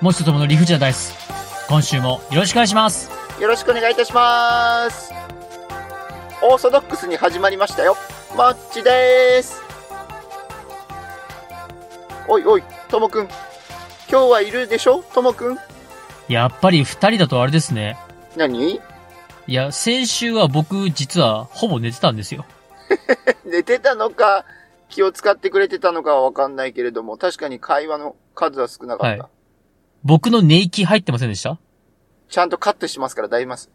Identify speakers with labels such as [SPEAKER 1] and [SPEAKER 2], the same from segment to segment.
[SPEAKER 1] もしとともの理不尽なダイス。今週もよろしくお願いします。
[SPEAKER 2] よろしくお願いいたします。オーソドックスに始まりましたよ。マッチです。おいおい、ともくん。今日はいるでしょともくん。
[SPEAKER 1] やっぱり二人だとあれですね。
[SPEAKER 2] 何
[SPEAKER 1] いや、先週は僕実はほぼ寝てたんですよ。
[SPEAKER 2] 寝てたのか、気を使ってくれてたのかはわかんないけれども、確かに会話の数は少なかった。
[SPEAKER 1] は僕の寝息入ってませんでした
[SPEAKER 2] ちゃんとカットしますから、大います。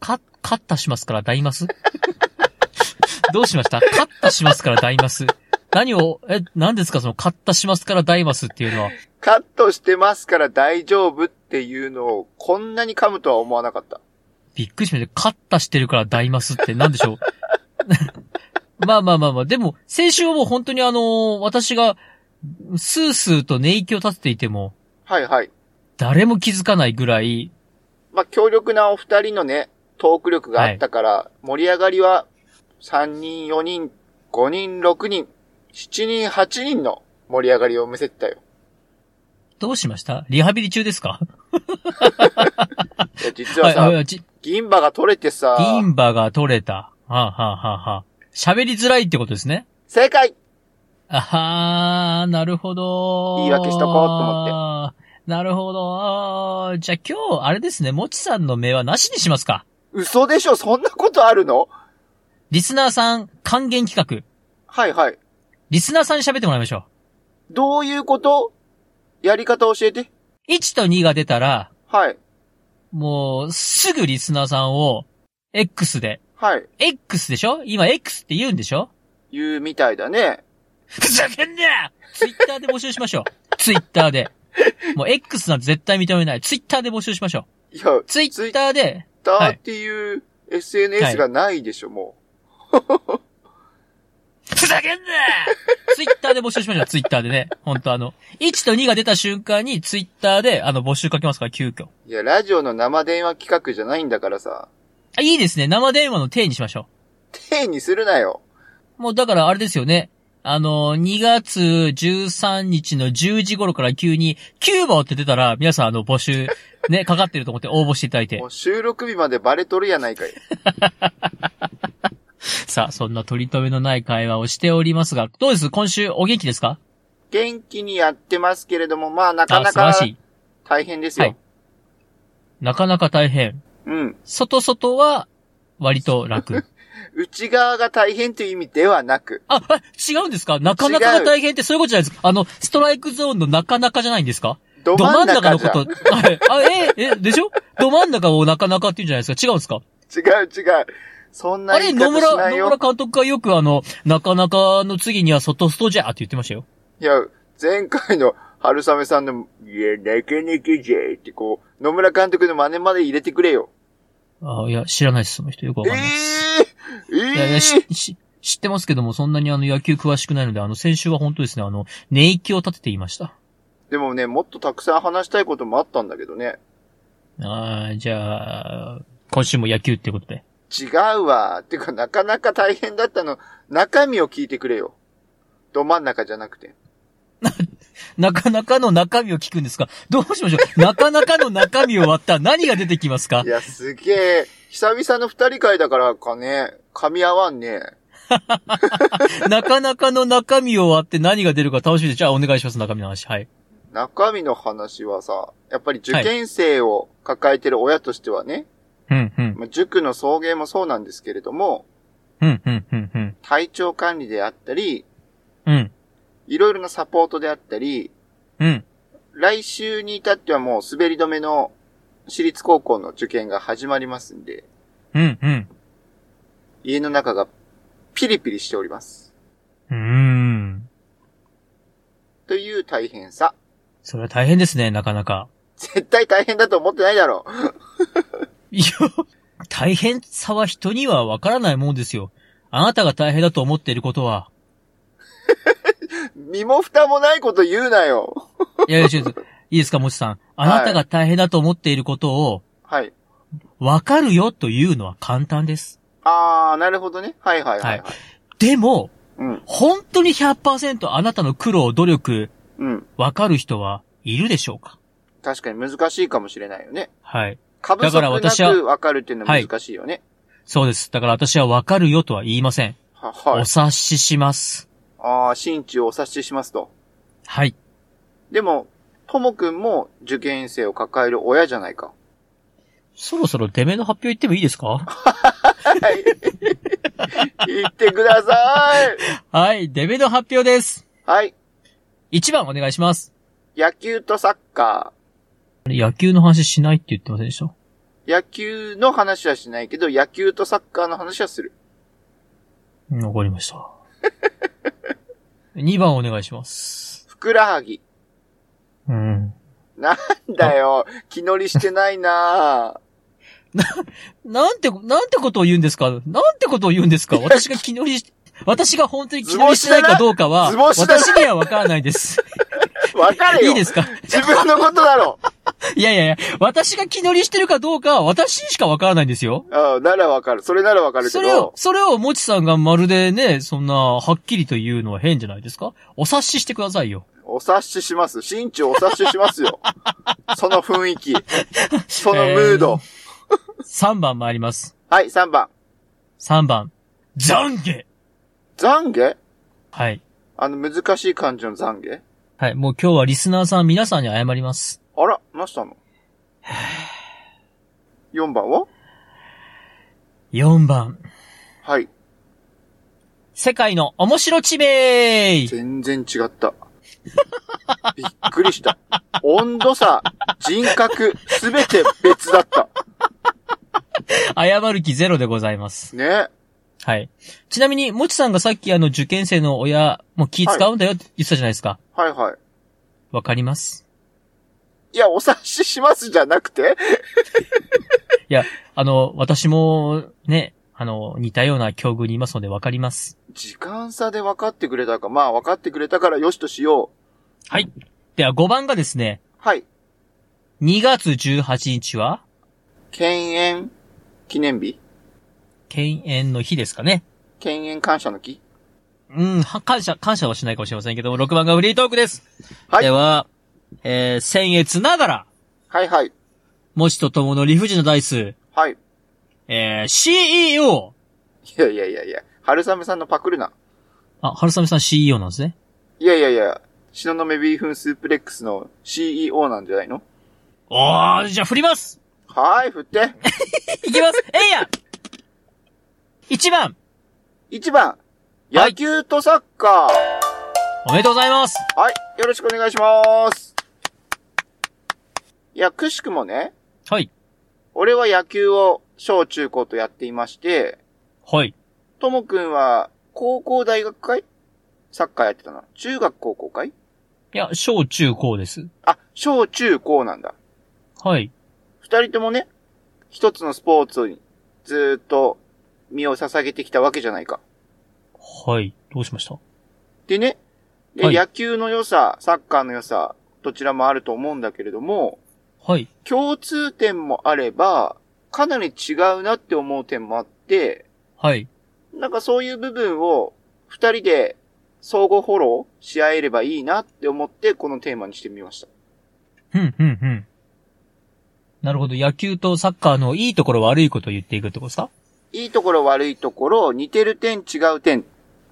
[SPEAKER 1] か、カッタしますから大マス どうしましたカッタしますから大マス。何を、え、何ですかそのカッタしますから大マスっていうのは。
[SPEAKER 2] カットしてますから大丈夫っていうのを、こんなに噛むとは思わなかった。
[SPEAKER 1] びっくりしました。カッタしてるから大マスって何でしょう。 まあまあまあまあ。でも、先週はもう本当にあのー私が、スースーと寝息を立てていても、
[SPEAKER 2] はいはい。
[SPEAKER 1] 誰も気づかないぐらい、
[SPEAKER 2] まあ、強力なお二人のね、トーク力があったから、盛り上がりは、3人、4人、5人、6人、7人、8人の盛り上がりを見せてたよ。
[SPEAKER 1] どうしましたリハビリ中ですか
[SPEAKER 2] いや実は
[SPEAKER 1] あ
[SPEAKER 2] さ、
[SPEAKER 1] あじ
[SPEAKER 2] 銀歯が取れてさ、
[SPEAKER 1] 銀歯が取れた。はあ、はあはあはあ、喋りづらいってことですね。
[SPEAKER 2] 正解
[SPEAKER 1] あはー、なるほど。
[SPEAKER 2] 言い訳しとこうと思
[SPEAKER 1] って。なるほど。あーじゃあ今日、あれですね、もちさんの目はなしにしますか。
[SPEAKER 2] 嘘でしょそんなことあるの
[SPEAKER 1] リスナーさん還元企画。
[SPEAKER 2] はいはい。
[SPEAKER 1] リスナーさんに喋ってもらいましょ
[SPEAKER 2] どういうことやり方教えて。
[SPEAKER 1] う。1と2が出たら、
[SPEAKER 2] はい。
[SPEAKER 1] もう、すぐリスナーさんを、X で。
[SPEAKER 2] はい。
[SPEAKER 1] X でしょ今 X って言うんでしょ
[SPEAKER 2] 言うみたいだね。
[SPEAKER 1] ふざけんなツイッターで募集しましょう。ツイッターで。もう X なんて絶対認めない。ツイッターで募集しましょ
[SPEAKER 2] いや、
[SPEAKER 1] う。ツイッターで、
[SPEAKER 2] タ
[SPEAKER 1] は
[SPEAKER 2] ー
[SPEAKER 1] い
[SPEAKER 2] っていう SNS がないでしょ、も
[SPEAKER 1] ふざけんなツイッターで募集しましょう。ツイッターでね。ほんとあの、1と2が出た瞬間にツイッターで、あの、募集かけますから、急遽。
[SPEAKER 2] う。いや、ラジオの生電話企画じゃないんだからさ、
[SPEAKER 1] あ、いいですね。生電話の体にしましょ
[SPEAKER 2] 手にするなよ。
[SPEAKER 1] う。もうだからあれですよね。あの、2月13日の10時頃から急に、キューバって出たら、皆さんあの、募集、ね、かかってると思って応募していただいて
[SPEAKER 2] も。う収録日までバレとるやないかい。
[SPEAKER 1] さあ、そんな取り留めのない会話をしておりますが、どうです今週お元気ですか
[SPEAKER 2] 元気にやってますけれども、まあなか
[SPEAKER 1] あ、
[SPEAKER 2] な
[SPEAKER 1] 素晴ら
[SPEAKER 2] か
[SPEAKER 1] しい。
[SPEAKER 2] 大変ですよ。
[SPEAKER 1] はいなかなか大変。
[SPEAKER 2] うん。
[SPEAKER 1] 外外は、割と 楽。
[SPEAKER 2] 内側が大変という意味ではなく、
[SPEAKER 1] あ、あ違うんですかなかなかが大変ってそういうことじゃないですかあの、ストライクゾーンのなかなかじゃないんですか
[SPEAKER 2] ど
[SPEAKER 1] ど
[SPEAKER 2] 真
[SPEAKER 1] 真
[SPEAKER 2] ん
[SPEAKER 1] ん中
[SPEAKER 2] 中
[SPEAKER 1] の
[SPEAKER 2] じゃ
[SPEAKER 1] こと。はいあ、え、え、でしょど真ん中をなかなかって言うんじゃないですか違うんですか
[SPEAKER 2] 違う違う。そんな
[SPEAKER 1] あれ、
[SPEAKER 2] 言い
[SPEAKER 1] 野
[SPEAKER 2] 方しな
[SPEAKER 1] 村、
[SPEAKER 2] い
[SPEAKER 1] 野
[SPEAKER 2] よ
[SPEAKER 1] 村。監督がよくあの、なかなかの次には外外じゃって言ってましたよ。
[SPEAKER 2] いや、前回の春雨さんの、いや、なかなかじゃいってこう、野村監督の真似まで入れてくれよ。
[SPEAKER 1] あ、いや、知らないです、その人。よくわ
[SPEAKER 2] え
[SPEAKER 1] かんないです。
[SPEAKER 2] えー、
[SPEAKER 1] いやい
[SPEAKER 2] ええ
[SPEAKER 1] や、
[SPEAKER 2] ー
[SPEAKER 1] し、し、知ってますけども、そんなにあの野球詳しくないので、あの、先週は本当ですね、あの、寝息を立てていました。
[SPEAKER 2] でもね、もっとたくさん話したいこともあったんだけどね。
[SPEAKER 1] ああ、じゃあ、今週も野球ってことで。
[SPEAKER 2] 違うわ。てか、なかなか大変だったの。中身を聞いてくれよ。ど真ん中じゃなくて。
[SPEAKER 1] なかなかの中身を聞くんですかどうしましょ うなかなかの中身を割ったら何が出てきますか
[SPEAKER 2] いや、すげえ。久々の二人会だからかね。噛み合わんね。
[SPEAKER 1] なかなかの中身を割って何が出るか楽しみです。じゃあ、お願いします、中身の話。はい。
[SPEAKER 2] 中身の話はさ、やっぱり受験生を抱えてる親としてはね、
[SPEAKER 1] うん、うん、
[SPEAKER 2] まあ塾の送迎もそうなんですけれども、
[SPEAKER 1] うん、うん、うん、うん。
[SPEAKER 2] 体調管理であったり、
[SPEAKER 1] うん、
[SPEAKER 2] いろいろなサポートであったり、
[SPEAKER 1] うん。
[SPEAKER 2] 来週に至ってはもう滑り止めの私立高校の受験が始まりますんで、
[SPEAKER 1] うん、うん。
[SPEAKER 2] 家の中がピリピリしております。
[SPEAKER 1] うーん。
[SPEAKER 2] という大変さ。
[SPEAKER 1] それは大変ですね、なかなか。
[SPEAKER 2] 絶対大変だと思ってないだろう。
[SPEAKER 1] いや、大変さは人にはわからないもんですよ。あなたが大変だと思っていることは。
[SPEAKER 2] 身も蓋もないこと言うなよ。
[SPEAKER 1] いやいや、違う違ういいですか、もちさん。あなたが大変だと思っていることを、
[SPEAKER 2] はい。
[SPEAKER 1] わかるよというのは簡単です。
[SPEAKER 2] あー、なるほどね。はいはいはい、はい。
[SPEAKER 1] はでも、
[SPEAKER 2] うん、
[SPEAKER 1] 本当に100%あなたの苦労、努力、
[SPEAKER 2] うん。
[SPEAKER 1] わかる人はいるでしょうか
[SPEAKER 2] 確かに難しいかもしれないよね。
[SPEAKER 1] はい。
[SPEAKER 2] かぶ
[SPEAKER 1] だ
[SPEAKER 2] さ
[SPEAKER 1] から
[SPEAKER 2] くな
[SPEAKER 1] 私は
[SPEAKER 2] くわかるっていうのは難しいよね。
[SPEAKER 1] そうです。だから私はわかるよとは言いません。
[SPEAKER 2] は、はい
[SPEAKER 1] お。察しします。
[SPEAKER 2] ああ、心中をお察ししますと。
[SPEAKER 1] はい。
[SPEAKER 2] でも、ともくんも受験生を抱える親じゃないか。
[SPEAKER 1] そろそろ出目の発表言ってもいいです か
[SPEAKER 2] はい。言ってください。
[SPEAKER 1] はい、出目の発表です。
[SPEAKER 2] はい。
[SPEAKER 1] 1番お願いします。
[SPEAKER 2] 野球とサッカ
[SPEAKER 1] あれ野球の話しないって言ってませんでした
[SPEAKER 2] ー。野球の話はしないけど、野球とサッカーの話はする。
[SPEAKER 1] うん、わかりました。2番お願いします。
[SPEAKER 2] ふくらはぎ。
[SPEAKER 1] うん。
[SPEAKER 2] だよ。気乗りしてないなぁ。
[SPEAKER 1] なんて、なんてことを言うんですかなんてことを言うんですか私が気乗りし、私が本当に気乗りしてないかどうか は、
[SPEAKER 2] ズボンしてない
[SPEAKER 1] 私にはわからない です。
[SPEAKER 2] わかれよ。
[SPEAKER 1] いいですか
[SPEAKER 2] 自分のことだろ。
[SPEAKER 1] いやいやいや、私が気乗りしてるかどうかは私にしかわからないんですよ。
[SPEAKER 2] うん、ならわかる。それならわかるけ
[SPEAKER 1] それを
[SPEAKER 2] ど、。
[SPEAKER 1] それをもちさんがまるでね、そんな、はっきりと言うのは変じゃないですかお察ししてくださいよ。
[SPEAKER 2] お察しします。心中お察ししますよ。その雰囲気。そのムード。
[SPEAKER 1] 3番参ります。
[SPEAKER 2] はい、3番。
[SPEAKER 1] 3番。懺悔
[SPEAKER 2] 懺悔
[SPEAKER 1] はい。
[SPEAKER 2] あの、難しい漢字の懺悔
[SPEAKER 1] はい。もう今日はリスナーさん皆さんに謝ります。
[SPEAKER 2] あら、なしたの ?4 番は
[SPEAKER 1] 4番。
[SPEAKER 2] はい。
[SPEAKER 1] 世界の面白地名
[SPEAKER 2] 全然違った。 びっくりした。温度差、人格、すべて別だった。
[SPEAKER 1] 謝る気ゼロでございます。
[SPEAKER 2] ね。
[SPEAKER 1] はい。ちなみに、もちさんがさっきあの受験生の親、もう気使うんだよって言ってたじゃないですか。
[SPEAKER 2] はいはい。
[SPEAKER 1] わ、かります。
[SPEAKER 2] いや、お察ししますじゃなくて、
[SPEAKER 1] あの、私も、ね、あの、似たような境遇にいますのでわかります。
[SPEAKER 2] 時間差で分かってくれたか、まあ分かってくれたからよしとしよう。
[SPEAKER 1] では5番がですね、
[SPEAKER 2] はい。
[SPEAKER 1] 2月18日は、
[SPEAKER 2] 犬猿記念日
[SPEAKER 1] 犬猿の日ですかね。
[SPEAKER 2] 犬猿感謝の日
[SPEAKER 1] うん、は感謝、感謝はしないかもしれませんけども、6番がフリートークです。
[SPEAKER 2] はい
[SPEAKER 1] では、えー、先越ながら、
[SPEAKER 2] はいはい。
[SPEAKER 1] もちとともの理不尽のダイス、
[SPEAKER 2] はい。
[SPEAKER 1] えー、CEO!
[SPEAKER 2] いやいやいやいや、春雨さんのパクるな。
[SPEAKER 1] あ、春雨さん CEO なんですね。
[SPEAKER 2] いやいやいや、東雲ビーフンスープレックスの CEO なんじゃないの
[SPEAKER 1] おー、じゃあ振ります
[SPEAKER 2] はーい、振って。
[SPEAKER 1] いきます えいや !1 番
[SPEAKER 2] 1番、
[SPEAKER 1] はい
[SPEAKER 2] 野球とサッカー。
[SPEAKER 1] おめでとうございます
[SPEAKER 2] はい、よろしくお願いします。いや、くしくもね、
[SPEAKER 1] はい。
[SPEAKER 2] 俺は野球を小中高とやっていまして、
[SPEAKER 1] はい。
[SPEAKER 2] ともくんは高校大学会サッカーやってたな。中学高校会
[SPEAKER 1] いや、小中高です。
[SPEAKER 2] あ、小中高なんだ。
[SPEAKER 1] はい。
[SPEAKER 2] 二人ともね、一つのスポーツにずーっと身を捧げてきたわけじゃないか。
[SPEAKER 1] はい。どうしました
[SPEAKER 2] でね、で、
[SPEAKER 1] はい
[SPEAKER 2] 野球の良さ、サッカーの良さ、どちらもあると思うんだけれども、
[SPEAKER 1] はい。
[SPEAKER 2] 共通点もあれば、かなり違うなって思う点もあって、
[SPEAKER 1] はい。
[SPEAKER 2] なんかそういう部分を二人で相互フォローし合えればいいなって思ってこのテーマにしてみました。
[SPEAKER 1] ふん、ふん、ふん。なるほど。野球とサッカーのいいところ悪いことを言っていくってことですか
[SPEAKER 2] いいところ悪いところ、似てる点違う点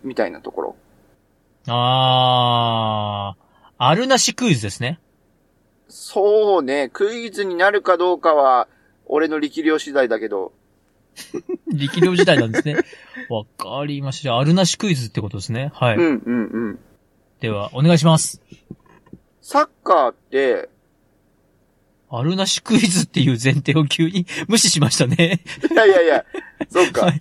[SPEAKER 2] みたいなところ。
[SPEAKER 1] あー、あるなしクイズですね。
[SPEAKER 2] そうね、クイズになるかどうかは俺の力量次第だけど、
[SPEAKER 1] 力量自体なんです ね。わかりました。じゃあ、あるなしクイズってことですね。はい。
[SPEAKER 2] うんうんうん。
[SPEAKER 1] では、お願いします。
[SPEAKER 2] サッカーって、
[SPEAKER 1] あるなしクイズっていう前提を急に 無視しましたね。
[SPEAKER 2] いやいやいや、そっか
[SPEAKER 1] は。い。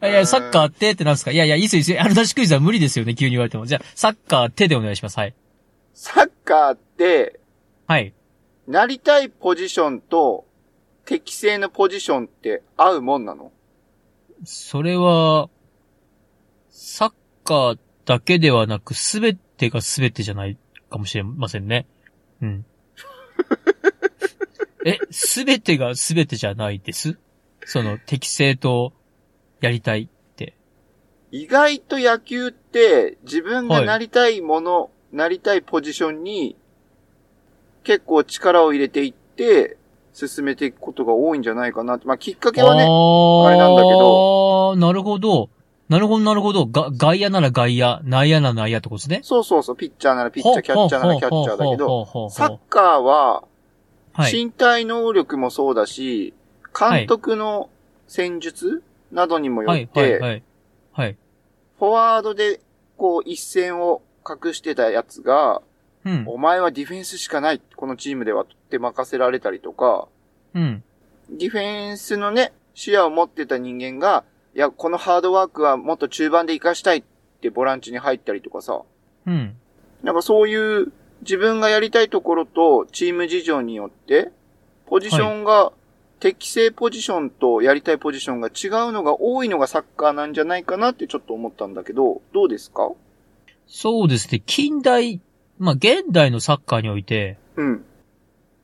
[SPEAKER 1] あいや、サッカーってってなんですかいやいや、いいっすよいいっすよ。あるなしクイズは無理ですよね、急に言われても。じゃあ、サッカー手でお願いします。はい。
[SPEAKER 2] サッカーって、
[SPEAKER 1] はい。
[SPEAKER 2] なりたいポジションと適正のポジションって合うもんなの
[SPEAKER 1] それは、サッカーだけではなく、すべてがすべてじゃないかもしれませんね。 うん。え、すべてがすべてじゃないですその、適正と、やりたい。
[SPEAKER 2] 意外と野球って自分がなりたいもの、なりたいポジションに結構力を入れていって、進めていくことが多いんじゃないかなって。まあ、きっかけはね、
[SPEAKER 1] あ
[SPEAKER 2] あれなんだけ
[SPEAKER 1] ど。なるほど。なるほど、なるほど。が、外野なら外野、内野なら内野ってことですね。
[SPEAKER 2] そうそうそう、ピッチャーならピッチャー、キャッチャーならキャッチャーだ
[SPEAKER 1] ほうほう
[SPEAKER 2] けど、
[SPEAKER 1] ほうほうほうほう
[SPEAKER 2] サッカーは、
[SPEAKER 1] はい。
[SPEAKER 2] 身体能力もそうだし、
[SPEAKER 1] はい
[SPEAKER 2] 監督の戦術などにもよ
[SPEAKER 1] は
[SPEAKER 2] っ
[SPEAKER 1] い、はい、
[SPEAKER 2] て、
[SPEAKER 1] はい。はい。
[SPEAKER 2] フォワードで、こう、一線を隠してたやつが、
[SPEAKER 1] うん。
[SPEAKER 2] お前はディフェンスしかない、このチームではって任せられたりとか、
[SPEAKER 1] うん。
[SPEAKER 2] ディフェンスのね、視野を持ってた人間が、いや、このハードワークはもっと中盤で活かしたいってボランチに入ったりとかさ、
[SPEAKER 1] うん。
[SPEAKER 2] なんかそういう自分がやりたいところとチーム事情によって、ポジションが、適正ポジションとやりたいポジションが違うのが多いのがサッカーなんじゃないかなってちょっと思ったんだけど、どうですか
[SPEAKER 1] そうですね。近代、まあ、現代のサッカーにおいて、
[SPEAKER 2] うん。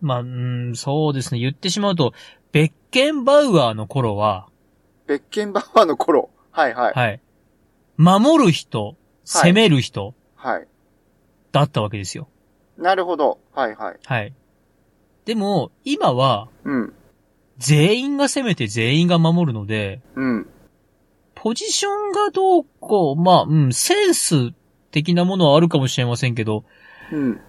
[SPEAKER 1] まあ、うーん、そうですね。言ってしまうと、ベッケンバウアーの頃は、
[SPEAKER 2] ベッケンバッファーの頃。 はいはい。
[SPEAKER 1] はい。守る人、攻める人、
[SPEAKER 2] はい。
[SPEAKER 1] だったわけですよ。
[SPEAKER 2] なるほど。はいはい。
[SPEAKER 1] はい。でも、今は、
[SPEAKER 2] うん。
[SPEAKER 1] 全員が攻めて全員が守るので、
[SPEAKER 2] うん。
[SPEAKER 1] ポジションがどうこう、まあ、うん、センス的なものはあるかもしれませんけど、
[SPEAKER 2] うん。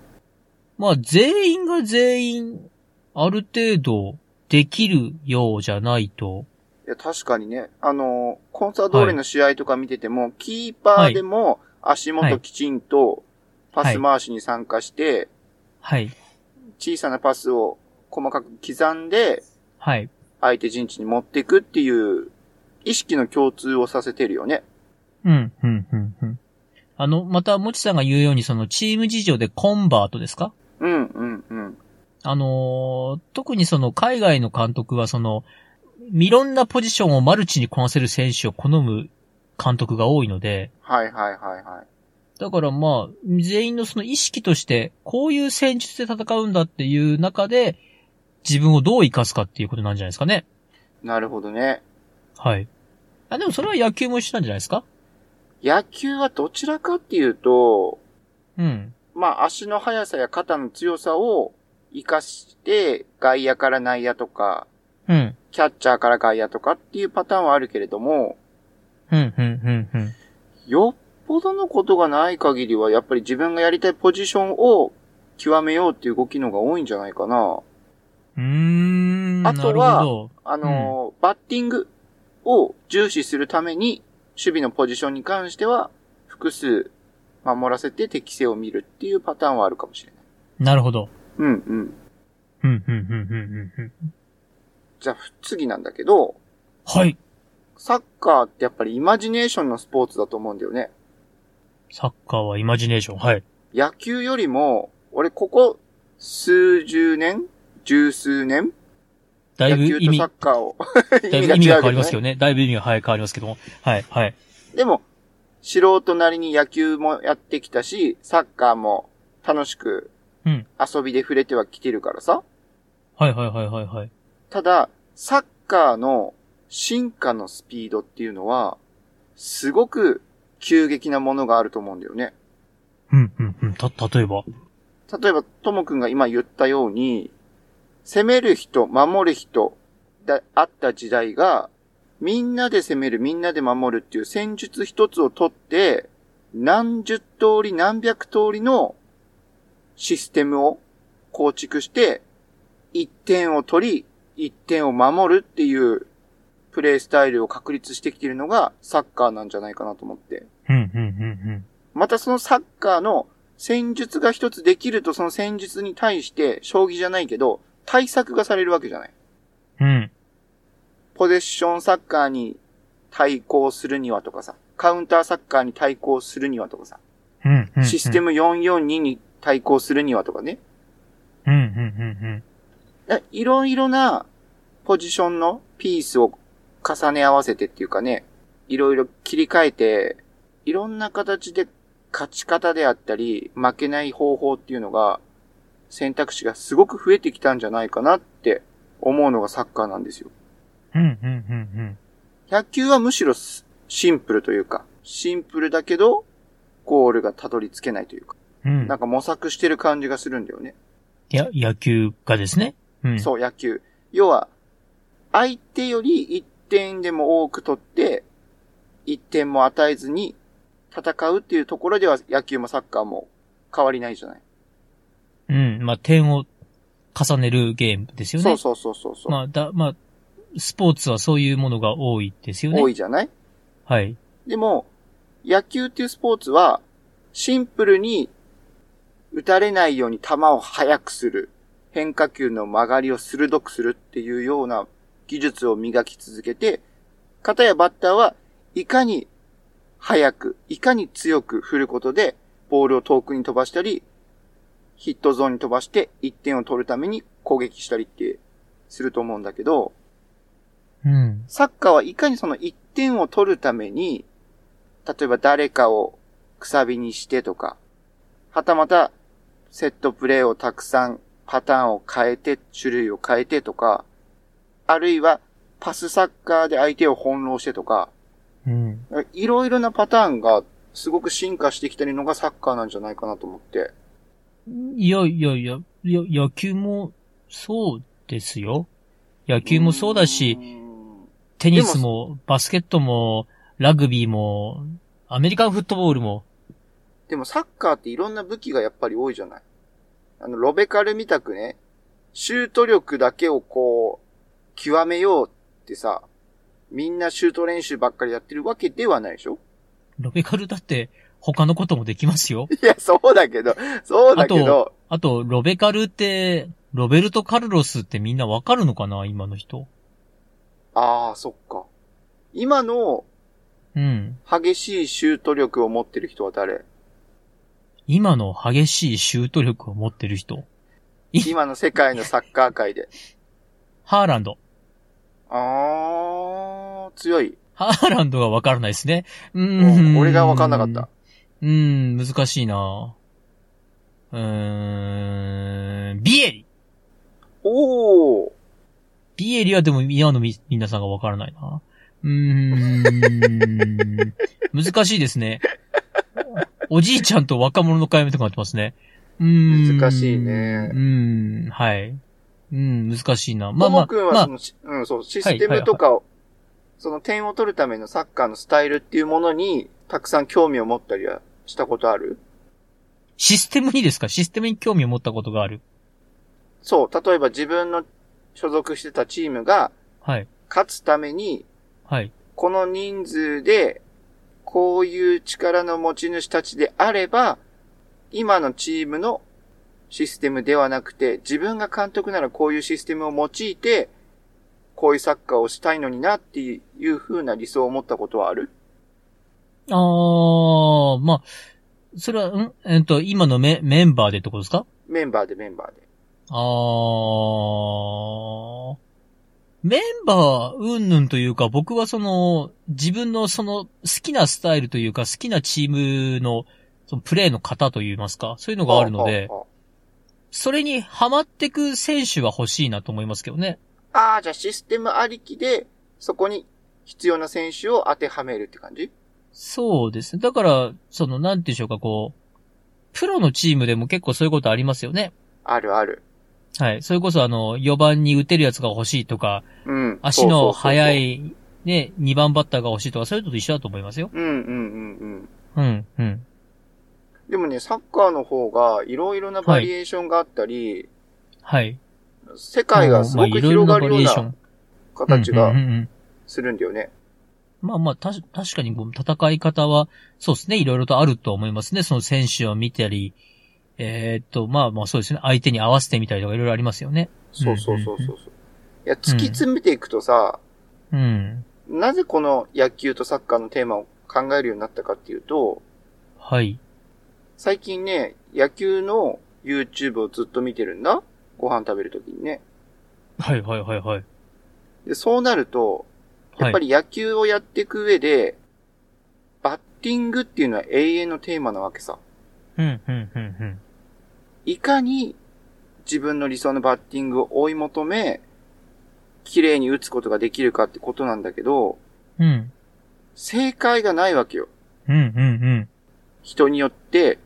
[SPEAKER 1] まあ、全員が全員、ある程度、できるようじゃないと。
[SPEAKER 2] いや、確かにね。あのー、コンサドーレの試合とか見てても、キーパーでも足元きちんとパス回しに参加して、
[SPEAKER 1] はい。
[SPEAKER 2] 小さなパスを細かく刻んで、
[SPEAKER 1] はい。
[SPEAKER 2] 相手陣地に持っていくっていう、意識の共通をさせてるよね。
[SPEAKER 1] うん、うん、うん、うん。あの、また、もちさんが言うように、その、チーム事情でコンバートですか
[SPEAKER 2] うん、うん、うん。
[SPEAKER 1] あのー特にその海外の監督はその、いろんなポジションをマルチにこなせる選手を好む監督が多いので、
[SPEAKER 2] はい、はい、はい、はい。
[SPEAKER 1] だからまあ、全員のその意識として、こういう戦術で戦うんだっていう中で、自分をどう活かすかっていうことなんじゃないですかね。
[SPEAKER 2] なるほどね。
[SPEAKER 1] はい。あ、でもそれは野球も一緒なんじゃないですか
[SPEAKER 2] 野球はどちらかっていうと、
[SPEAKER 1] うん。
[SPEAKER 2] まあ、足の速さや肩の強さを活かして、外野から内野とか、
[SPEAKER 1] うん。
[SPEAKER 2] キャッチャーから外野とかっていうパターンはあるけれども、
[SPEAKER 1] うん、うん、うん、うん。
[SPEAKER 2] よっぽどのことがない限りは、やっぱり自分がやりたいポジションを極めようっていう動きのが多いんじゃないかな。
[SPEAKER 1] うーん。
[SPEAKER 2] あとは
[SPEAKER 1] なるほど
[SPEAKER 2] あのー、バッティングを重視するために、守備のポジションに関しては、複数守らせて適性を見るっていうパターンはあるかもしれない。
[SPEAKER 1] なるほど。
[SPEAKER 2] うんうん。
[SPEAKER 1] うん、うん、うん、うん、うん。うん
[SPEAKER 2] じゃあ、次なんだけど、
[SPEAKER 1] はい。
[SPEAKER 2] サッカーってやっぱりイマジネーションのスポーツだと思うんだよね。
[SPEAKER 1] サッカーはイマジネーション。はい。
[SPEAKER 2] 野球よりも、俺ここ数十年十数年
[SPEAKER 1] だい
[SPEAKER 2] 野
[SPEAKER 1] ぶ
[SPEAKER 2] 球
[SPEAKER 1] 意
[SPEAKER 2] と
[SPEAKER 1] 味
[SPEAKER 2] サッ、カーを。
[SPEAKER 1] だいぶ意味が
[SPEAKER 2] 違う
[SPEAKER 1] 変わりますけ
[SPEAKER 2] ね
[SPEAKER 1] どね。だいぶ意味がはい変わりますけども。はい、はい。
[SPEAKER 2] でも、素人なりに野球もやってきたし、サッカーも楽しく
[SPEAKER 1] うん
[SPEAKER 2] 遊びで触れてはきてるからさ。
[SPEAKER 1] はいはいはいはいはい。
[SPEAKER 2] ただ、サッカーの進化のスピードっていうのは、すごく急激なものがあると思うんだよね。
[SPEAKER 1] うん、うん、うん。た、例えば。
[SPEAKER 2] 例えば、ともくんが今言ったように、攻める人、守る人であった時代が、みんなで攻める、みんなで守るっていう戦術一つをとって、何十通り、何百通りのシステムを構築して、一点を取り、一点を守るっていうプレイスタイルを確立してきているのがサッカーなんじゃないかなと思って。
[SPEAKER 1] うん、うん、うん、
[SPEAKER 2] またそのサッカーの戦術が一つできるとその戦術に対して、将棋じゃないけど、対策がされるわけじゃない。
[SPEAKER 1] うん。うん。
[SPEAKER 2] ポゼッションサッカーに対抗するにはとかさ、カウンターサッカーに対抗するにはとかさ、
[SPEAKER 1] うん、うん。
[SPEAKER 2] システ
[SPEAKER 1] ム。
[SPEAKER 2] ム442に対抗するにはとかね。
[SPEAKER 1] うん、うん、うん、
[SPEAKER 2] だいろいろなポジションのピースを重ね合わせてっていうかね、いろいろ切り替えて、いろんな形で勝ち方であったり、負けない方法っていうのが、選択肢がすごく増えてきたんじゃないかなって思うのがサッカーなんですよ。
[SPEAKER 1] うん。うん、うん、うん、
[SPEAKER 2] 野球はむしろすシンプルというか、シンプルだけど、ゴールがたどり着けないというか、
[SPEAKER 1] うん。うん
[SPEAKER 2] なんか模索してる感じがするんだよね。
[SPEAKER 1] や、野球がですね。うん。
[SPEAKER 2] そう、野球。要は、相手より1点でも多く取って、1点も与えずに戦うっていうところでは野球もサッカーも変わりないじゃない。
[SPEAKER 1] うん。まあ、点を重ねるゲームですよね。
[SPEAKER 2] そうそうそうそうそう、
[SPEAKER 1] まあ、だ、まあ、スポーツはそういうものが多いですよね。
[SPEAKER 2] 多いじゃない
[SPEAKER 1] はい。
[SPEAKER 2] でも、野球っていうスポーツは、シンプルに打たれないように球を速くする、変化球の曲がりを鋭くするっていうような技術を磨き続けて、片やバッターはいかに速く、いかに強く振ることで、ボールを遠くに飛ばしたり、ヒットゾーンに飛ばして1点を取るために攻撃したりってすると思うんだけど、
[SPEAKER 1] うん。
[SPEAKER 2] サッカーはいかにその1点を取るために、例えば誰かをくさびにしてとか、はたまたセットプレーをたくさんパターンを変えて、種類を変えてとか、あるいはパスサッカーで相手を翻弄してとか、
[SPEAKER 1] うん。
[SPEAKER 2] いろいろなパターンがすごく進化してきてるのがサッカーなんじゃないかなと思って。
[SPEAKER 1] いやいやいや、いや野球もそうですよ。野球もそうだし
[SPEAKER 2] う、ん
[SPEAKER 1] テニスも、バスケットも、ラグビーも、アメリカンフットボールも、
[SPEAKER 2] でもサッカーっていろんな武器がやっぱり多いじゃないあの、ロベカルみたくね、シュート力だけをこう、極めようってさ、みんなシュート練習ばっかりやってるわけではないでしょ
[SPEAKER 1] ロベカルだって他のこともできます よ。
[SPEAKER 2] いや、そうだけど、そうだけど、
[SPEAKER 1] あと、ロベカルって、ロベルト・カルロスってみんなわかるのかな今の人。
[SPEAKER 2] ああ、そっか。今の
[SPEAKER 1] うん。
[SPEAKER 2] 激しいシュート力を持ってる人は誰
[SPEAKER 1] 今の激しいシュート力を持ってる人。
[SPEAKER 2] 今の世界のサッカー界で。
[SPEAKER 1] ハーランド。
[SPEAKER 2] ああ、強い。
[SPEAKER 1] ハーランドがわからないですね。うー
[SPEAKER 2] うん
[SPEAKER 1] ん。
[SPEAKER 2] 俺がわかんなかった。。
[SPEAKER 1] うーん、難しいなうーん、ビエリ。
[SPEAKER 2] おお、
[SPEAKER 1] ビエリはでも今のみ、皆さんがわからないな。うーん。 難しいですね。おじいちゃんと若者の会話みたくなってますね。うーん。
[SPEAKER 2] 難しいね
[SPEAKER 1] うーん、はい。うん、難しいな。ま
[SPEAKER 2] と
[SPEAKER 1] あま
[SPEAKER 2] も
[SPEAKER 1] あ、
[SPEAKER 2] くん
[SPEAKER 1] ま
[SPEAKER 2] はそ
[SPEAKER 1] あ、
[SPEAKER 2] のし、うん、そう、システムとかを、その点を取るためのサッカーのスタイルっていうものに、たくさん興味を持ったりはしたことある
[SPEAKER 1] システムにですかシステムに興味を持ったことがある。
[SPEAKER 2] そう、例えば自分の所属してたチームが、
[SPEAKER 1] はい。
[SPEAKER 2] 勝つために、
[SPEAKER 1] はい。
[SPEAKER 2] この人数で、こういう力の持ち主たちであれば、今のチームのシステムではなくて、自分が監督ならこういうシステムを用いて、こういうサッカーをしたいのになっていう風な理想を持ったことはある
[SPEAKER 1] あー、まあ、それは、んえっと、今のメメンバーでってことですか
[SPEAKER 2] メンバーでメンバーで。
[SPEAKER 1] あー、メンバー、うんぬんというか、僕はその、自分のその、好きなスタイルというか、好きなチームの、そのプレーの型といいますか、そういうのがあるので
[SPEAKER 2] あ、あ
[SPEAKER 1] それにハマってく選手は欲しいなと思いますけどね。
[SPEAKER 2] あああじゃあシステムありきで、そこに必要な選手を当てはめるって感じ
[SPEAKER 1] そうですね。だから、その、なんていうんでしょうか、こう、プロのチームでも結構そういうことありますよね。
[SPEAKER 2] あるある。
[SPEAKER 1] はい。それこそあの、4番に打てるやつが欲しいとか、
[SPEAKER 2] うん。
[SPEAKER 1] 足の速
[SPEAKER 2] い。
[SPEAKER 1] い、ね、2番バッターが欲しいとか、そういうのと一緒だと思いますよ。
[SPEAKER 2] うんうんうんうん。
[SPEAKER 1] うん、うん。
[SPEAKER 2] でもね、サッカーの方が、いろいろなバリエーションがあったり、
[SPEAKER 1] はい。
[SPEAKER 2] 世界がすご
[SPEAKER 1] まあ
[SPEAKER 2] く広がるよう
[SPEAKER 1] いろいろなバリエーショ
[SPEAKER 2] な
[SPEAKER 1] ン
[SPEAKER 2] 形
[SPEAKER 1] うんう
[SPEAKER 2] が
[SPEAKER 1] んうんうん
[SPEAKER 2] するんだよね。
[SPEAKER 1] まあまあ、たし、確かにこう戦い方は、そうですね、いろいろとあると思いますね。その選手を見たり、えーっと、まあまあそうですね、相手に合わせてみたりとかいろいろありますよね。
[SPEAKER 2] そうそうそうそう。そういや、突き詰めていくとさ、
[SPEAKER 1] うん。
[SPEAKER 2] なぜこの野球とサッカーのテーマを考えるようになったかっていうと、
[SPEAKER 1] はい。
[SPEAKER 2] 最近ね、野球の YouTube をずっと見てるんだ。ご飯食べるときにね。
[SPEAKER 1] はいはいはいはい。
[SPEAKER 2] で、そうなると、やっぱり野球をやっていく上で、バッティングっていうのは永遠のテーマなわけさ。
[SPEAKER 1] うん、うん、うん、うん。
[SPEAKER 2] いかに自分の理想のバッティングを追い求め、綺麗に打つことができるかってことなんだけど、
[SPEAKER 1] うん、
[SPEAKER 2] 正解がないわけよ。
[SPEAKER 1] うん、うん、うん。
[SPEAKER 2] 人によって、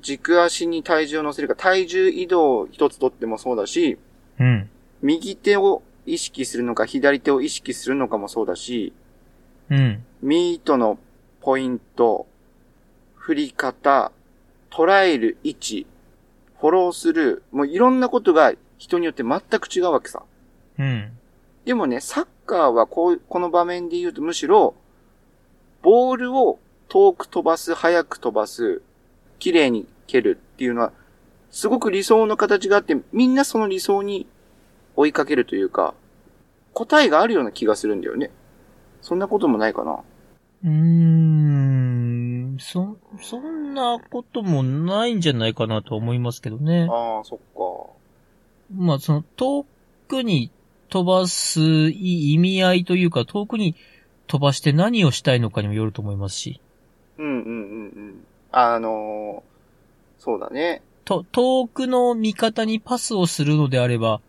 [SPEAKER 2] 軸足に体重を乗せるか、体重移動一つとってもそうだし、
[SPEAKER 1] うん。
[SPEAKER 2] 右手を意識するのか、左手を意識するのかもそうだし、
[SPEAKER 1] うん。
[SPEAKER 2] ミートのポイント、振り方、捉える位置、フォローする、もういろんなことが人によって全く違うわけさ。
[SPEAKER 1] うん。
[SPEAKER 2] でもね、サッカーはこう、この場面で言うとむしろ、ボールを遠く飛ばす、早く飛ばす、綺麗に蹴るっていうのは、すごく理想の形があって、みんなその理想に追いかけるというか、答えがあるような気がするんだよね。そんなこともないかな。
[SPEAKER 1] うーん。そ、そんなこともないんじゃないかなと思いますけどね。
[SPEAKER 2] ああ、そっか。
[SPEAKER 1] まあ、その、遠くに飛ばす意味合いというか、遠くに飛ばして何をしたいのかにもよると思いますし、
[SPEAKER 2] うんうんうんうん。あのーそうだね。
[SPEAKER 1] と、遠くの味方にパスをするのであれば、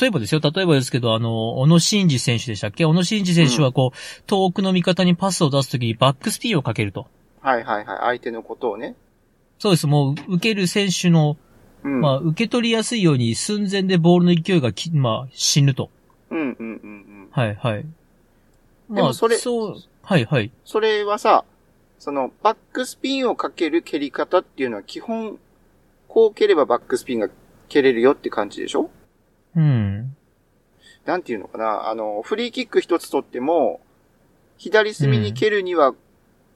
[SPEAKER 1] 例えばですよ、例えばですけど、あの、小野伸二選手でしたっけ小野伸二選手はこう、遠くの味方にパスを出すときにバックスピンをかけると。
[SPEAKER 2] はいはいはい。相手のことをね。
[SPEAKER 1] そうです、もう、受ける選手の、
[SPEAKER 2] うん。
[SPEAKER 1] まあ、受け取りやすいように寸前でボールの勢いがき、まあ、死ぬと。
[SPEAKER 2] うんうんうんうん。
[SPEAKER 1] はい、はい。
[SPEAKER 2] で
[SPEAKER 1] ま
[SPEAKER 2] も
[SPEAKER 1] あ、
[SPEAKER 2] それ
[SPEAKER 1] う、はい、はい。
[SPEAKER 2] それはさ、その、バックスピンをかける蹴り方っていうのは基本、こう蹴ればバックスピンが蹴れるよって感じでしょ
[SPEAKER 1] うん。
[SPEAKER 2] なんていうのかなあの、フリーキック一つ取っても、左隅に蹴るには、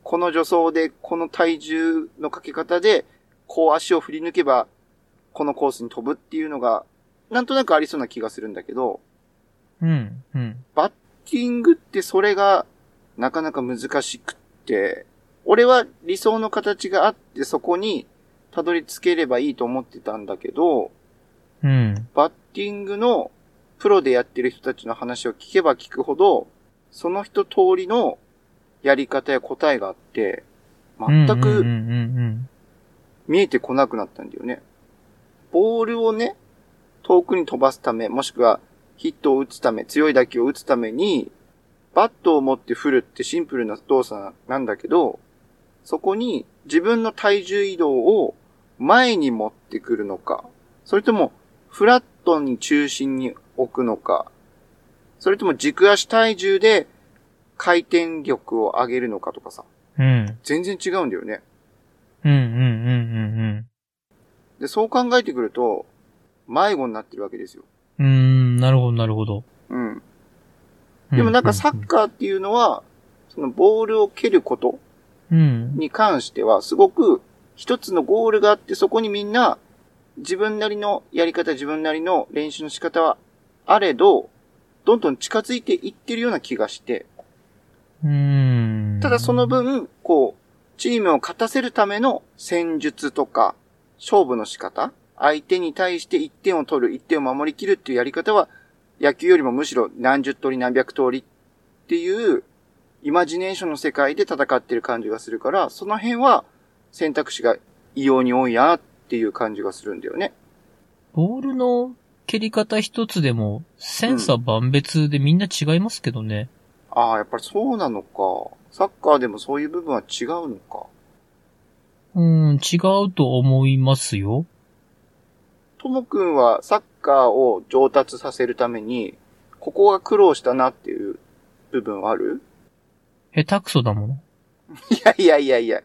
[SPEAKER 2] この助走で、この体重のかけ方で、こう足を振り抜けば、このコースに飛ぶっていうのが、なんとなくありそうな気がするんだけど、
[SPEAKER 1] うん、うん。
[SPEAKER 2] バッティングってそれがなかなか難しくって、俺は理想の形があってそこにたどり着ければいいと思ってたんだけど、
[SPEAKER 1] うん。
[SPEAKER 2] バッティングのプロでやってる人たちの話を聞けば聞くほど、その一通りのやり方や答えがあって、全
[SPEAKER 1] うんうん
[SPEAKER 2] く
[SPEAKER 1] うん
[SPEAKER 2] 見えてこなくなったんだよね。ボールをね、遠くに飛ばすため、もしくはヒットを打つため、強い打球を打つために、バットを持って振るってシンプルな動作なんだけど、そこに自分の体重移動を前に持ってくるのか、それともフラットに中心に置くのか、それとも軸足体重で回転力を上げるのかとかさ、
[SPEAKER 1] うん。うん。
[SPEAKER 2] 全然違うんだよね。
[SPEAKER 1] うんうんうん
[SPEAKER 2] で、そう考えてくると、迷子になってるわけですよ。
[SPEAKER 1] うんうん。うーん、なるほどなるほど。
[SPEAKER 2] うん。
[SPEAKER 1] う
[SPEAKER 2] でもなんかサッカーっていうのは、そのボールを蹴ること
[SPEAKER 1] うん。
[SPEAKER 2] に関しては、すごく一つのゴールがあって、そこにみんな自分なりのやり方、自分なりの練習の仕方はあれど、どんどん近づいていってるような気がして、
[SPEAKER 1] うーん。
[SPEAKER 2] ただその、分、こう、チームを勝たせるための戦術とか、勝負の仕方、相手に対して1点を取る、1点を守りきるっていうやり方は、野球よりもむしろ何十通り何百通りっていう、イマジネーションの世界で戦ってる感じがするから、その辺は選択肢が異様に多いなっていう感じがするんだよね。
[SPEAKER 1] ボールの蹴り方一つでも、センサー万別でみんな違いますけどね。
[SPEAKER 2] ああ、やっぱりそうなのか。サッカーでもそういう部分は違うのか。
[SPEAKER 1] うん、違うと思いますよ。
[SPEAKER 2] ともくんはサッカーを上達させるために、ここが苦労したなっていう部分はある
[SPEAKER 1] 下手くそだもの。
[SPEAKER 2] いやいやいやいや。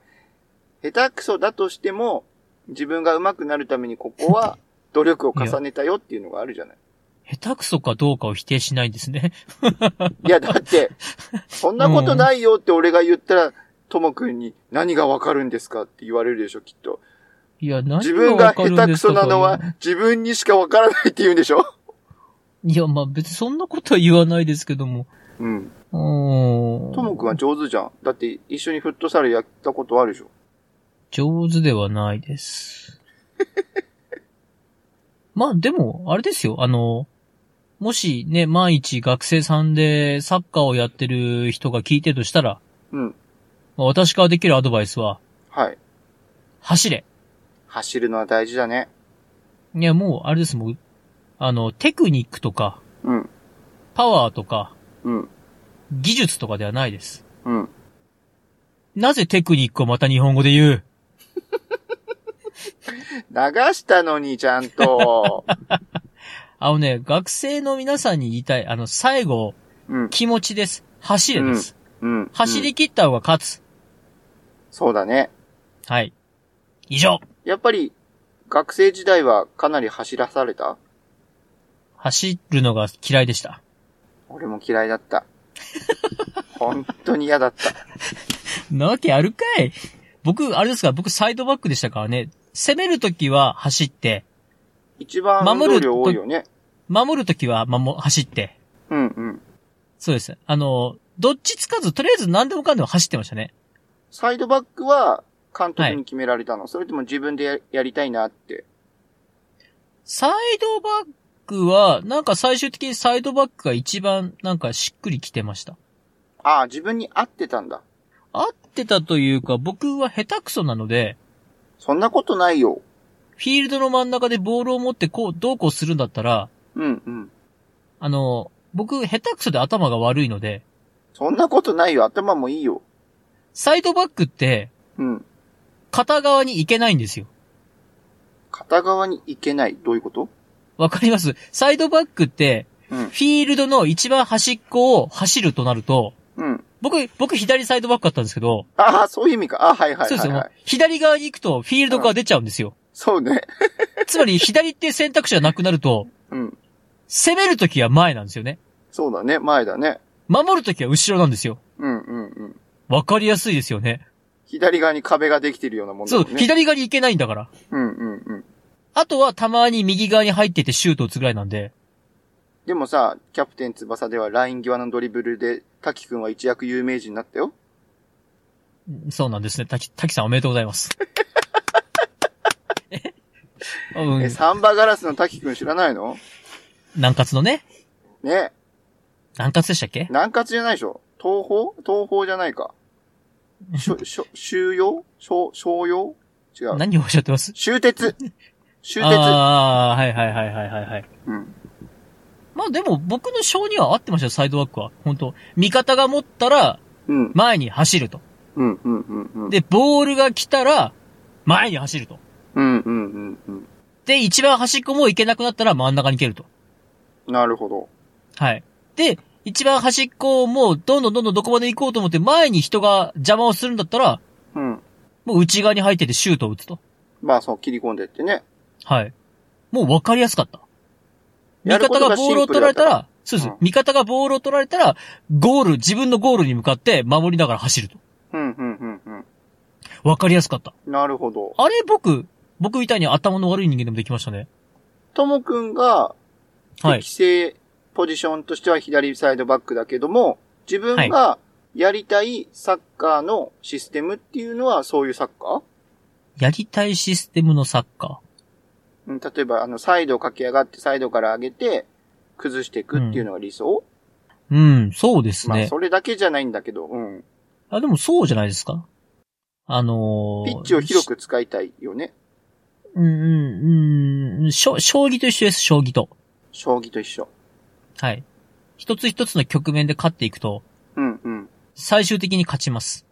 [SPEAKER 2] 下手くそだとしても、自分が上手くなるためにここは努力を重ねたよっていうのがあるじゃない。
[SPEAKER 1] 下手くそかどうかを否定しないんですね。
[SPEAKER 2] いや、だって、そんなことないよって俺が言ったら、ともくんに何がわかるんですかって言われるでしょ、きっと。
[SPEAKER 1] いや、何
[SPEAKER 2] 自
[SPEAKER 1] が
[SPEAKER 2] 分
[SPEAKER 1] わ
[SPEAKER 2] が
[SPEAKER 1] かるん
[SPEAKER 2] 下手
[SPEAKER 1] で
[SPEAKER 2] く
[SPEAKER 1] すか
[SPEAKER 2] そなの
[SPEAKER 1] と
[SPEAKER 2] は自分にしかわからないって言うんでしょ
[SPEAKER 1] いや、まあ別にそんなことは言わないですけども。
[SPEAKER 2] うん。
[SPEAKER 1] うーん。
[SPEAKER 2] ともくんは上手じゃん。だって一緒にフットサルやったことあるでしょ。
[SPEAKER 1] 上手ではないです。 まあでも、あれですよ、あの、もしね、万一学生さんでサッカーをやってる人が聞いてるとしたら、
[SPEAKER 2] うん。
[SPEAKER 1] まあ私からできるアドバイスは、
[SPEAKER 2] はい。
[SPEAKER 1] 走れ。
[SPEAKER 2] 走るのは大事だね。
[SPEAKER 1] いや、もう、あれです、もう、あの、テクニックとか、
[SPEAKER 2] うん、
[SPEAKER 1] パワーとか、
[SPEAKER 2] うん、
[SPEAKER 1] 技術とかではないです。
[SPEAKER 2] うん。
[SPEAKER 1] なぜテクニックをまた日本語で言う
[SPEAKER 2] 流したのに、ちゃんと。
[SPEAKER 1] あのね、学生の皆さんに言いたい、あの、最後、
[SPEAKER 2] うん。
[SPEAKER 1] 気持ちです。走れです。
[SPEAKER 2] うん。
[SPEAKER 1] 走
[SPEAKER 2] うん
[SPEAKER 1] り切った方が勝つ。
[SPEAKER 2] そうだね。
[SPEAKER 1] はい。以上。
[SPEAKER 2] やっぱり、学生時代はかなり走らされた
[SPEAKER 1] 走るのが嫌いでした。
[SPEAKER 2] 俺も嫌いだ った。本当に嫌だった。
[SPEAKER 1] なわけあるかい僕、あれですか、僕サイドバックでしたからね。攻めるときは走って、
[SPEAKER 2] 一番運動量多いよね。
[SPEAKER 1] 守るときは守、走って。
[SPEAKER 2] うんうん。
[SPEAKER 1] そうです。あの、どっちつかず、とりあえず何でもかんでも走ってましたね。
[SPEAKER 2] サイドバックは監督
[SPEAKER 1] は
[SPEAKER 2] に決められたの、それとも自分でややりたいなって。
[SPEAKER 1] サイドバックは、なんか最終的にサイドバックが一番なんかしっくりきてました。
[SPEAKER 2] ああ、自分に合ってたんだ。
[SPEAKER 1] 合ってたというか、僕は下手くそなので、
[SPEAKER 2] そんなことないよ。
[SPEAKER 1] フィールドの真ん中でボールを持ってこう、どうこうするんだったら、
[SPEAKER 2] うんうん。
[SPEAKER 1] あの、僕、下手くそで頭が悪いので、
[SPEAKER 2] そんなことないよ。頭もいいよ。
[SPEAKER 1] サイドバックって、
[SPEAKER 2] うん。
[SPEAKER 1] 片側に行けないんですよ。
[SPEAKER 2] 片側に行けない。どういうこと
[SPEAKER 1] わかりますサイドバックって、
[SPEAKER 2] うん
[SPEAKER 1] フ。ィールドの一番端っこを走るとなると、
[SPEAKER 2] うん。
[SPEAKER 1] 僕、僕左サイドバックだったんですけど、
[SPEAKER 2] ああ、そういう意味か。ああ、はいはい
[SPEAKER 1] そうで
[SPEAKER 2] は
[SPEAKER 1] す
[SPEAKER 2] い、
[SPEAKER 1] よ、も
[SPEAKER 2] は
[SPEAKER 1] う
[SPEAKER 2] い。
[SPEAKER 1] 左側に行くとフィールド側出ちゃうんですよ。
[SPEAKER 2] そうね。
[SPEAKER 1] つまり左って選択肢がなくなると、
[SPEAKER 2] うん。
[SPEAKER 1] 攻めるときは前なんですよね。
[SPEAKER 2] そうだね。前だね。
[SPEAKER 1] 守るときは後ろなんですよ。
[SPEAKER 2] うんうんうん。
[SPEAKER 1] わかりやすいですよね。
[SPEAKER 2] 左側に壁ができてるようなもんだ
[SPEAKER 1] そ
[SPEAKER 2] も
[SPEAKER 1] う、
[SPEAKER 2] んね。
[SPEAKER 1] 左側に行けないんだから。
[SPEAKER 2] うんうんうん。
[SPEAKER 1] あとはたまに右側に入っててシュート打つぐらいなんで。
[SPEAKER 2] でもさ、キャプテン翼ではライン際のドリブルで、滝くんは一躍有名人になったよ。
[SPEAKER 1] そうなんですね。滝、滝さんおめでとうござい ます。えう
[SPEAKER 2] え、
[SPEAKER 1] ん。
[SPEAKER 2] サンバガラスの滝くん知らないの
[SPEAKER 1] 南葛のね。
[SPEAKER 2] ね
[SPEAKER 1] 南葛でしたっけ
[SPEAKER 2] 南葛じゃないでしょ東方東方じゃないか。しょ、しょ、収容小、小用違う。
[SPEAKER 1] 何をおっしゃってます
[SPEAKER 2] 終鉄終鉄
[SPEAKER 1] ああ、はいはいはいはいはいはい。
[SPEAKER 2] うん。
[SPEAKER 1] まあでも僕の性には合ってましたよ、サイドバックは。本当味方が持ったら
[SPEAKER 2] うん。
[SPEAKER 1] 前に走ると。
[SPEAKER 2] うん、うん、うん、うん。
[SPEAKER 1] で、ボールが来たら前に走ると。
[SPEAKER 2] うん、うん、うん、うん。
[SPEAKER 1] で、一番端っこも行けなくなったら真ん中に蹴ると。
[SPEAKER 2] なるほど。
[SPEAKER 1] はい。で、一番端っこをもうどんどんどんどんどこまで行こうと思って前に人が邪魔をするんだったら、
[SPEAKER 2] うん。
[SPEAKER 1] もう内側に入っててシュートを打つと。
[SPEAKER 2] まあ、そう、切り込んでってね。
[SPEAKER 1] はい。もう分かりやすかった。
[SPEAKER 2] や
[SPEAKER 1] 味
[SPEAKER 2] るこ
[SPEAKER 1] 方
[SPEAKER 2] と
[SPEAKER 1] が
[SPEAKER 2] がシ
[SPEAKER 1] ボー
[SPEAKER 2] ン
[SPEAKER 1] ルを
[SPEAKER 2] プ
[SPEAKER 1] 取
[SPEAKER 2] ル
[SPEAKER 1] ら
[SPEAKER 2] だっ
[SPEAKER 1] れた
[SPEAKER 2] たら
[SPEAKER 1] ら、そうです、
[SPEAKER 2] うん
[SPEAKER 1] 味方がボールを取られたら、ゴール、自分のゴールに向かって守りながら走ると。
[SPEAKER 2] うん、うん、うん、
[SPEAKER 1] 分かりやすかった。
[SPEAKER 2] うん。なるほど。
[SPEAKER 1] あれ僕、僕みたいに頭の悪い人間でもできましたね。
[SPEAKER 2] ともくんが、
[SPEAKER 1] はい
[SPEAKER 2] 適。正ポジションとしては左サイドバックだけども、自分がやりたいサッカーのシステムっていうのはそういうサッカー
[SPEAKER 1] やりたいシステムのサッカ
[SPEAKER 2] うん例えば、あの、サイドを駆け上がって、サイドから上げて、崩していくっていうのが理想、
[SPEAKER 1] ー。うん、そうです
[SPEAKER 2] まあ、
[SPEAKER 1] ね。
[SPEAKER 2] それだけじゃないんだけど、うん。
[SPEAKER 1] あ、でもそうじゃないですか。あのー、
[SPEAKER 2] ピッチを広
[SPEAKER 1] く。
[SPEAKER 2] く使いたいよね。
[SPEAKER 1] うん、うん、うん、しょ将棋と一緒です、将棋と。
[SPEAKER 2] 将棋と一緒。
[SPEAKER 1] はい。一つ一つの局面で勝っていくと、
[SPEAKER 2] うん、うん。
[SPEAKER 1] 最終的に勝ちます。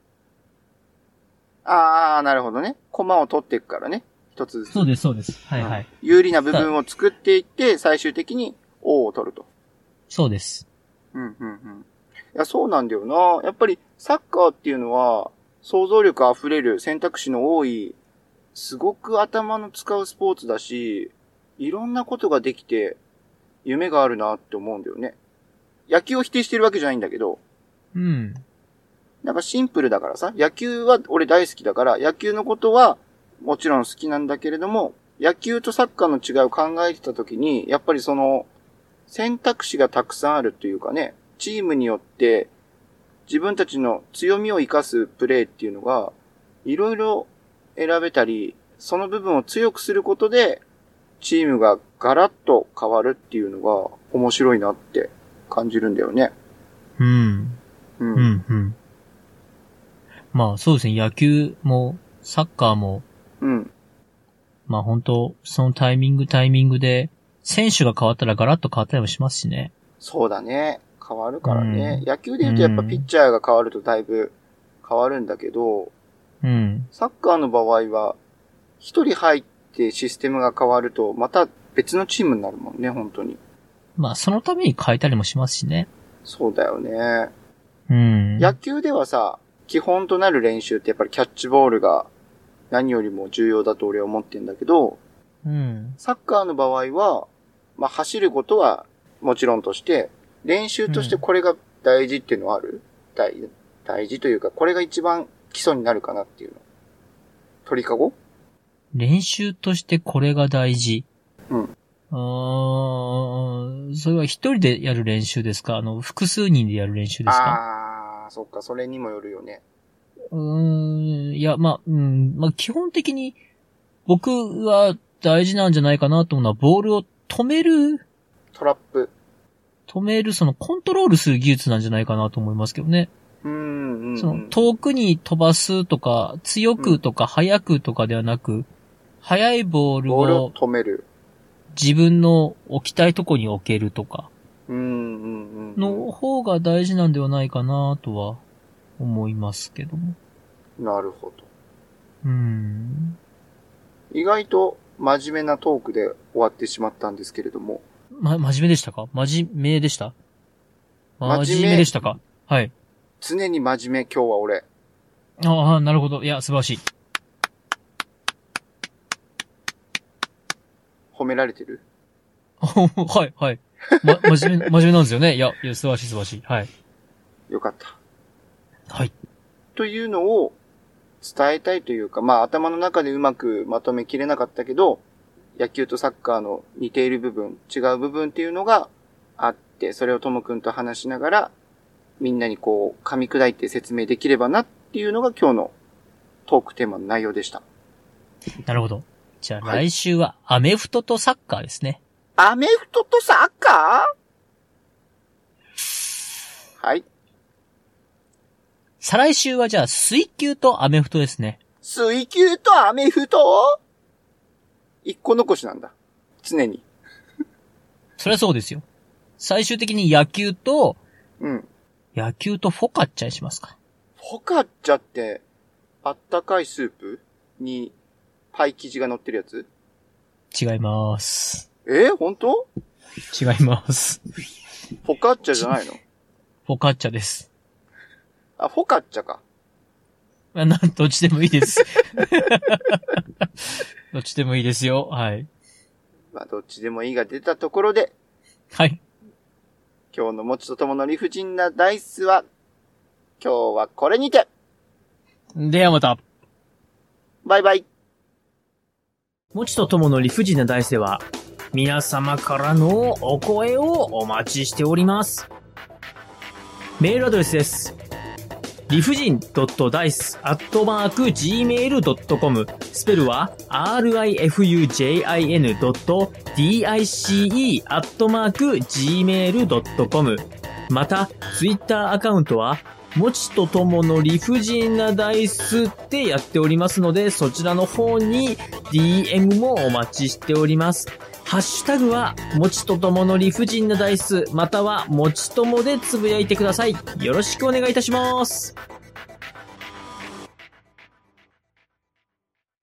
[SPEAKER 2] あー、なるほどね。駒を取っていくからね。一つずつ。
[SPEAKER 1] うです、そうです。はいはい。
[SPEAKER 2] 有利な部分を作っていって、最終的に王を取ると。
[SPEAKER 1] そうです。
[SPEAKER 2] うんうんうん。いや、そうなんだよな。やっぱりサッカーっていうのは、想像力あふれる選択肢の多い、すごく頭の使うスポーツだし、いろんなことができて、夢があるなって思うんだよね。野球を否定してるわけじゃないんだけど、
[SPEAKER 1] うん。
[SPEAKER 2] なんかシンプルだからさ、野球は俺大好きだから、野球のことはもちろん好きなんだけれども、野球とサッカーの違いを考えてた時に、やっぱりその、選択肢がたくさんあるというかね、チームによって自分たちの強みを活かすプレーっていうのが、いろいろ選べたり、その部分を強くすることで、チームがガラッと変わるっていうのが面白いなって感じるんだよね。
[SPEAKER 1] うん。
[SPEAKER 2] う。
[SPEAKER 1] うんん、うん。まあそうですね、野球も、サッカーも、
[SPEAKER 2] うん。
[SPEAKER 1] まあ本当そのタイミングタイミングで、選手が変わったらガラッと変わったりもしますしね。
[SPEAKER 2] そうだね。変わるからね。
[SPEAKER 1] うん
[SPEAKER 2] 野球で言うとやっぱピッチャーが変わるとだいぶ変わるんだけど、
[SPEAKER 1] うん。
[SPEAKER 2] サッカーの場合は、一人入ってシステムが変わると、また別のチームになるもんね、本当に。
[SPEAKER 1] まあ、そのために変えたりもしますしね。
[SPEAKER 2] そうだよね。
[SPEAKER 1] うん。
[SPEAKER 2] 野球ではさ、基本となる練習ってやっぱりキャッチボールが何よりも重要だと俺は思ってんだけど、
[SPEAKER 1] うん。
[SPEAKER 2] サッカーの場合は、まあ走ることはもちろんとして、練習としてこれが大事っていうのはある、大大事というか、これが一番基礎になるかなっていうの。鳥かご
[SPEAKER 1] 練習としてこれが大事。
[SPEAKER 2] うん
[SPEAKER 1] うーん。それは一人でやる練習ですかあの、複数人でやる練習ですか
[SPEAKER 2] ああー、そっか、それにもよるよね。
[SPEAKER 1] うーん。いや、まあ、うん。まあ、基本的に、僕は大事なんじゃないかなと思うのは、ボールを止める、
[SPEAKER 2] トラップ。
[SPEAKER 1] 止める、その、コントロールする技術なんじゃないかなと思いますけどね。
[SPEAKER 2] うーん、うんうん。
[SPEAKER 1] その遠くに飛ばすとか、強くとか速くとかではなく、速いボール
[SPEAKER 2] ボールを
[SPEAKER 1] を
[SPEAKER 2] 止める。
[SPEAKER 1] 自分の置きたいとこに置けるとか、
[SPEAKER 2] うん、うん、うん。
[SPEAKER 1] の方が大事なんではないかなとは思いますけども。
[SPEAKER 2] なるほど。
[SPEAKER 1] うん。
[SPEAKER 2] 意外と真面目なトークで終わってしまったんですけれども、
[SPEAKER 1] ま、真面目でしたか真面目でした
[SPEAKER 2] 真面目
[SPEAKER 1] 真面目でしたかはい。
[SPEAKER 2] 常に真面目今日は俺。
[SPEAKER 1] ああ、なるほど。いや、素晴らしい。
[SPEAKER 2] 褒められてる
[SPEAKER 1] はい、はい。ま、真面目、 真面目なんですよね。いや、いや、素晴らしい、素晴らしい。はい。
[SPEAKER 2] よかった。
[SPEAKER 1] はい。
[SPEAKER 2] というのを伝えたいというか、まあ頭の中でうまくまとめきれなかったけど、野球とサッカーの似ている部分、違う部分っていうのがあって、それをともくんと話しながら、みんなにこう噛み砕いて説明できればなっていうのが今日のトークテーマの内容でした。
[SPEAKER 1] なるほど。じゃあ、
[SPEAKER 2] はい
[SPEAKER 1] 来週はアメフトとサッカーですね。
[SPEAKER 2] アメフトとサッカーはい。
[SPEAKER 1] 再来週はじゃあ、水球とアメフトですね。
[SPEAKER 2] 水球とアメフト一個残しなんだ。常に。
[SPEAKER 1] そりゃそうですよ。最終的に野球と、
[SPEAKER 2] うん。
[SPEAKER 1] 野球とフォカッチャにしますか。
[SPEAKER 2] フォカッチャって、あったかいスープにパイ生地が乗ってるやつ
[SPEAKER 1] 違います。
[SPEAKER 2] えー、本当
[SPEAKER 1] 違います。
[SPEAKER 2] フォカッチャじゃないの
[SPEAKER 1] フォカッチャです。
[SPEAKER 2] あ、フォカッチャか。
[SPEAKER 1] まあなん、どっちでもいいです。 どっちでもいいですよ。はい。
[SPEAKER 2] まあ、どっちでもいいが出たところで、
[SPEAKER 1] はい。
[SPEAKER 2] 今日のもちとともの理不尽なダイスは、今日はこれにて
[SPEAKER 1] ではまた。
[SPEAKER 2] バイバイ
[SPEAKER 1] もちとともの理不尽な大世は、皆様からのお声をお待ちしております。メールアドレスです。理不尽 .dice.gmail.com スペルは rifujin.dice.gmail.com また、ツイッターアカウントは、もちとともの理不尽なダイスってやっておりますので、そちらの方に DM もお待ちしております。ハッシュタグは、もちとともの理不尽なダイス、または、もちともでつぶやいてください。よろしくお願いいたします。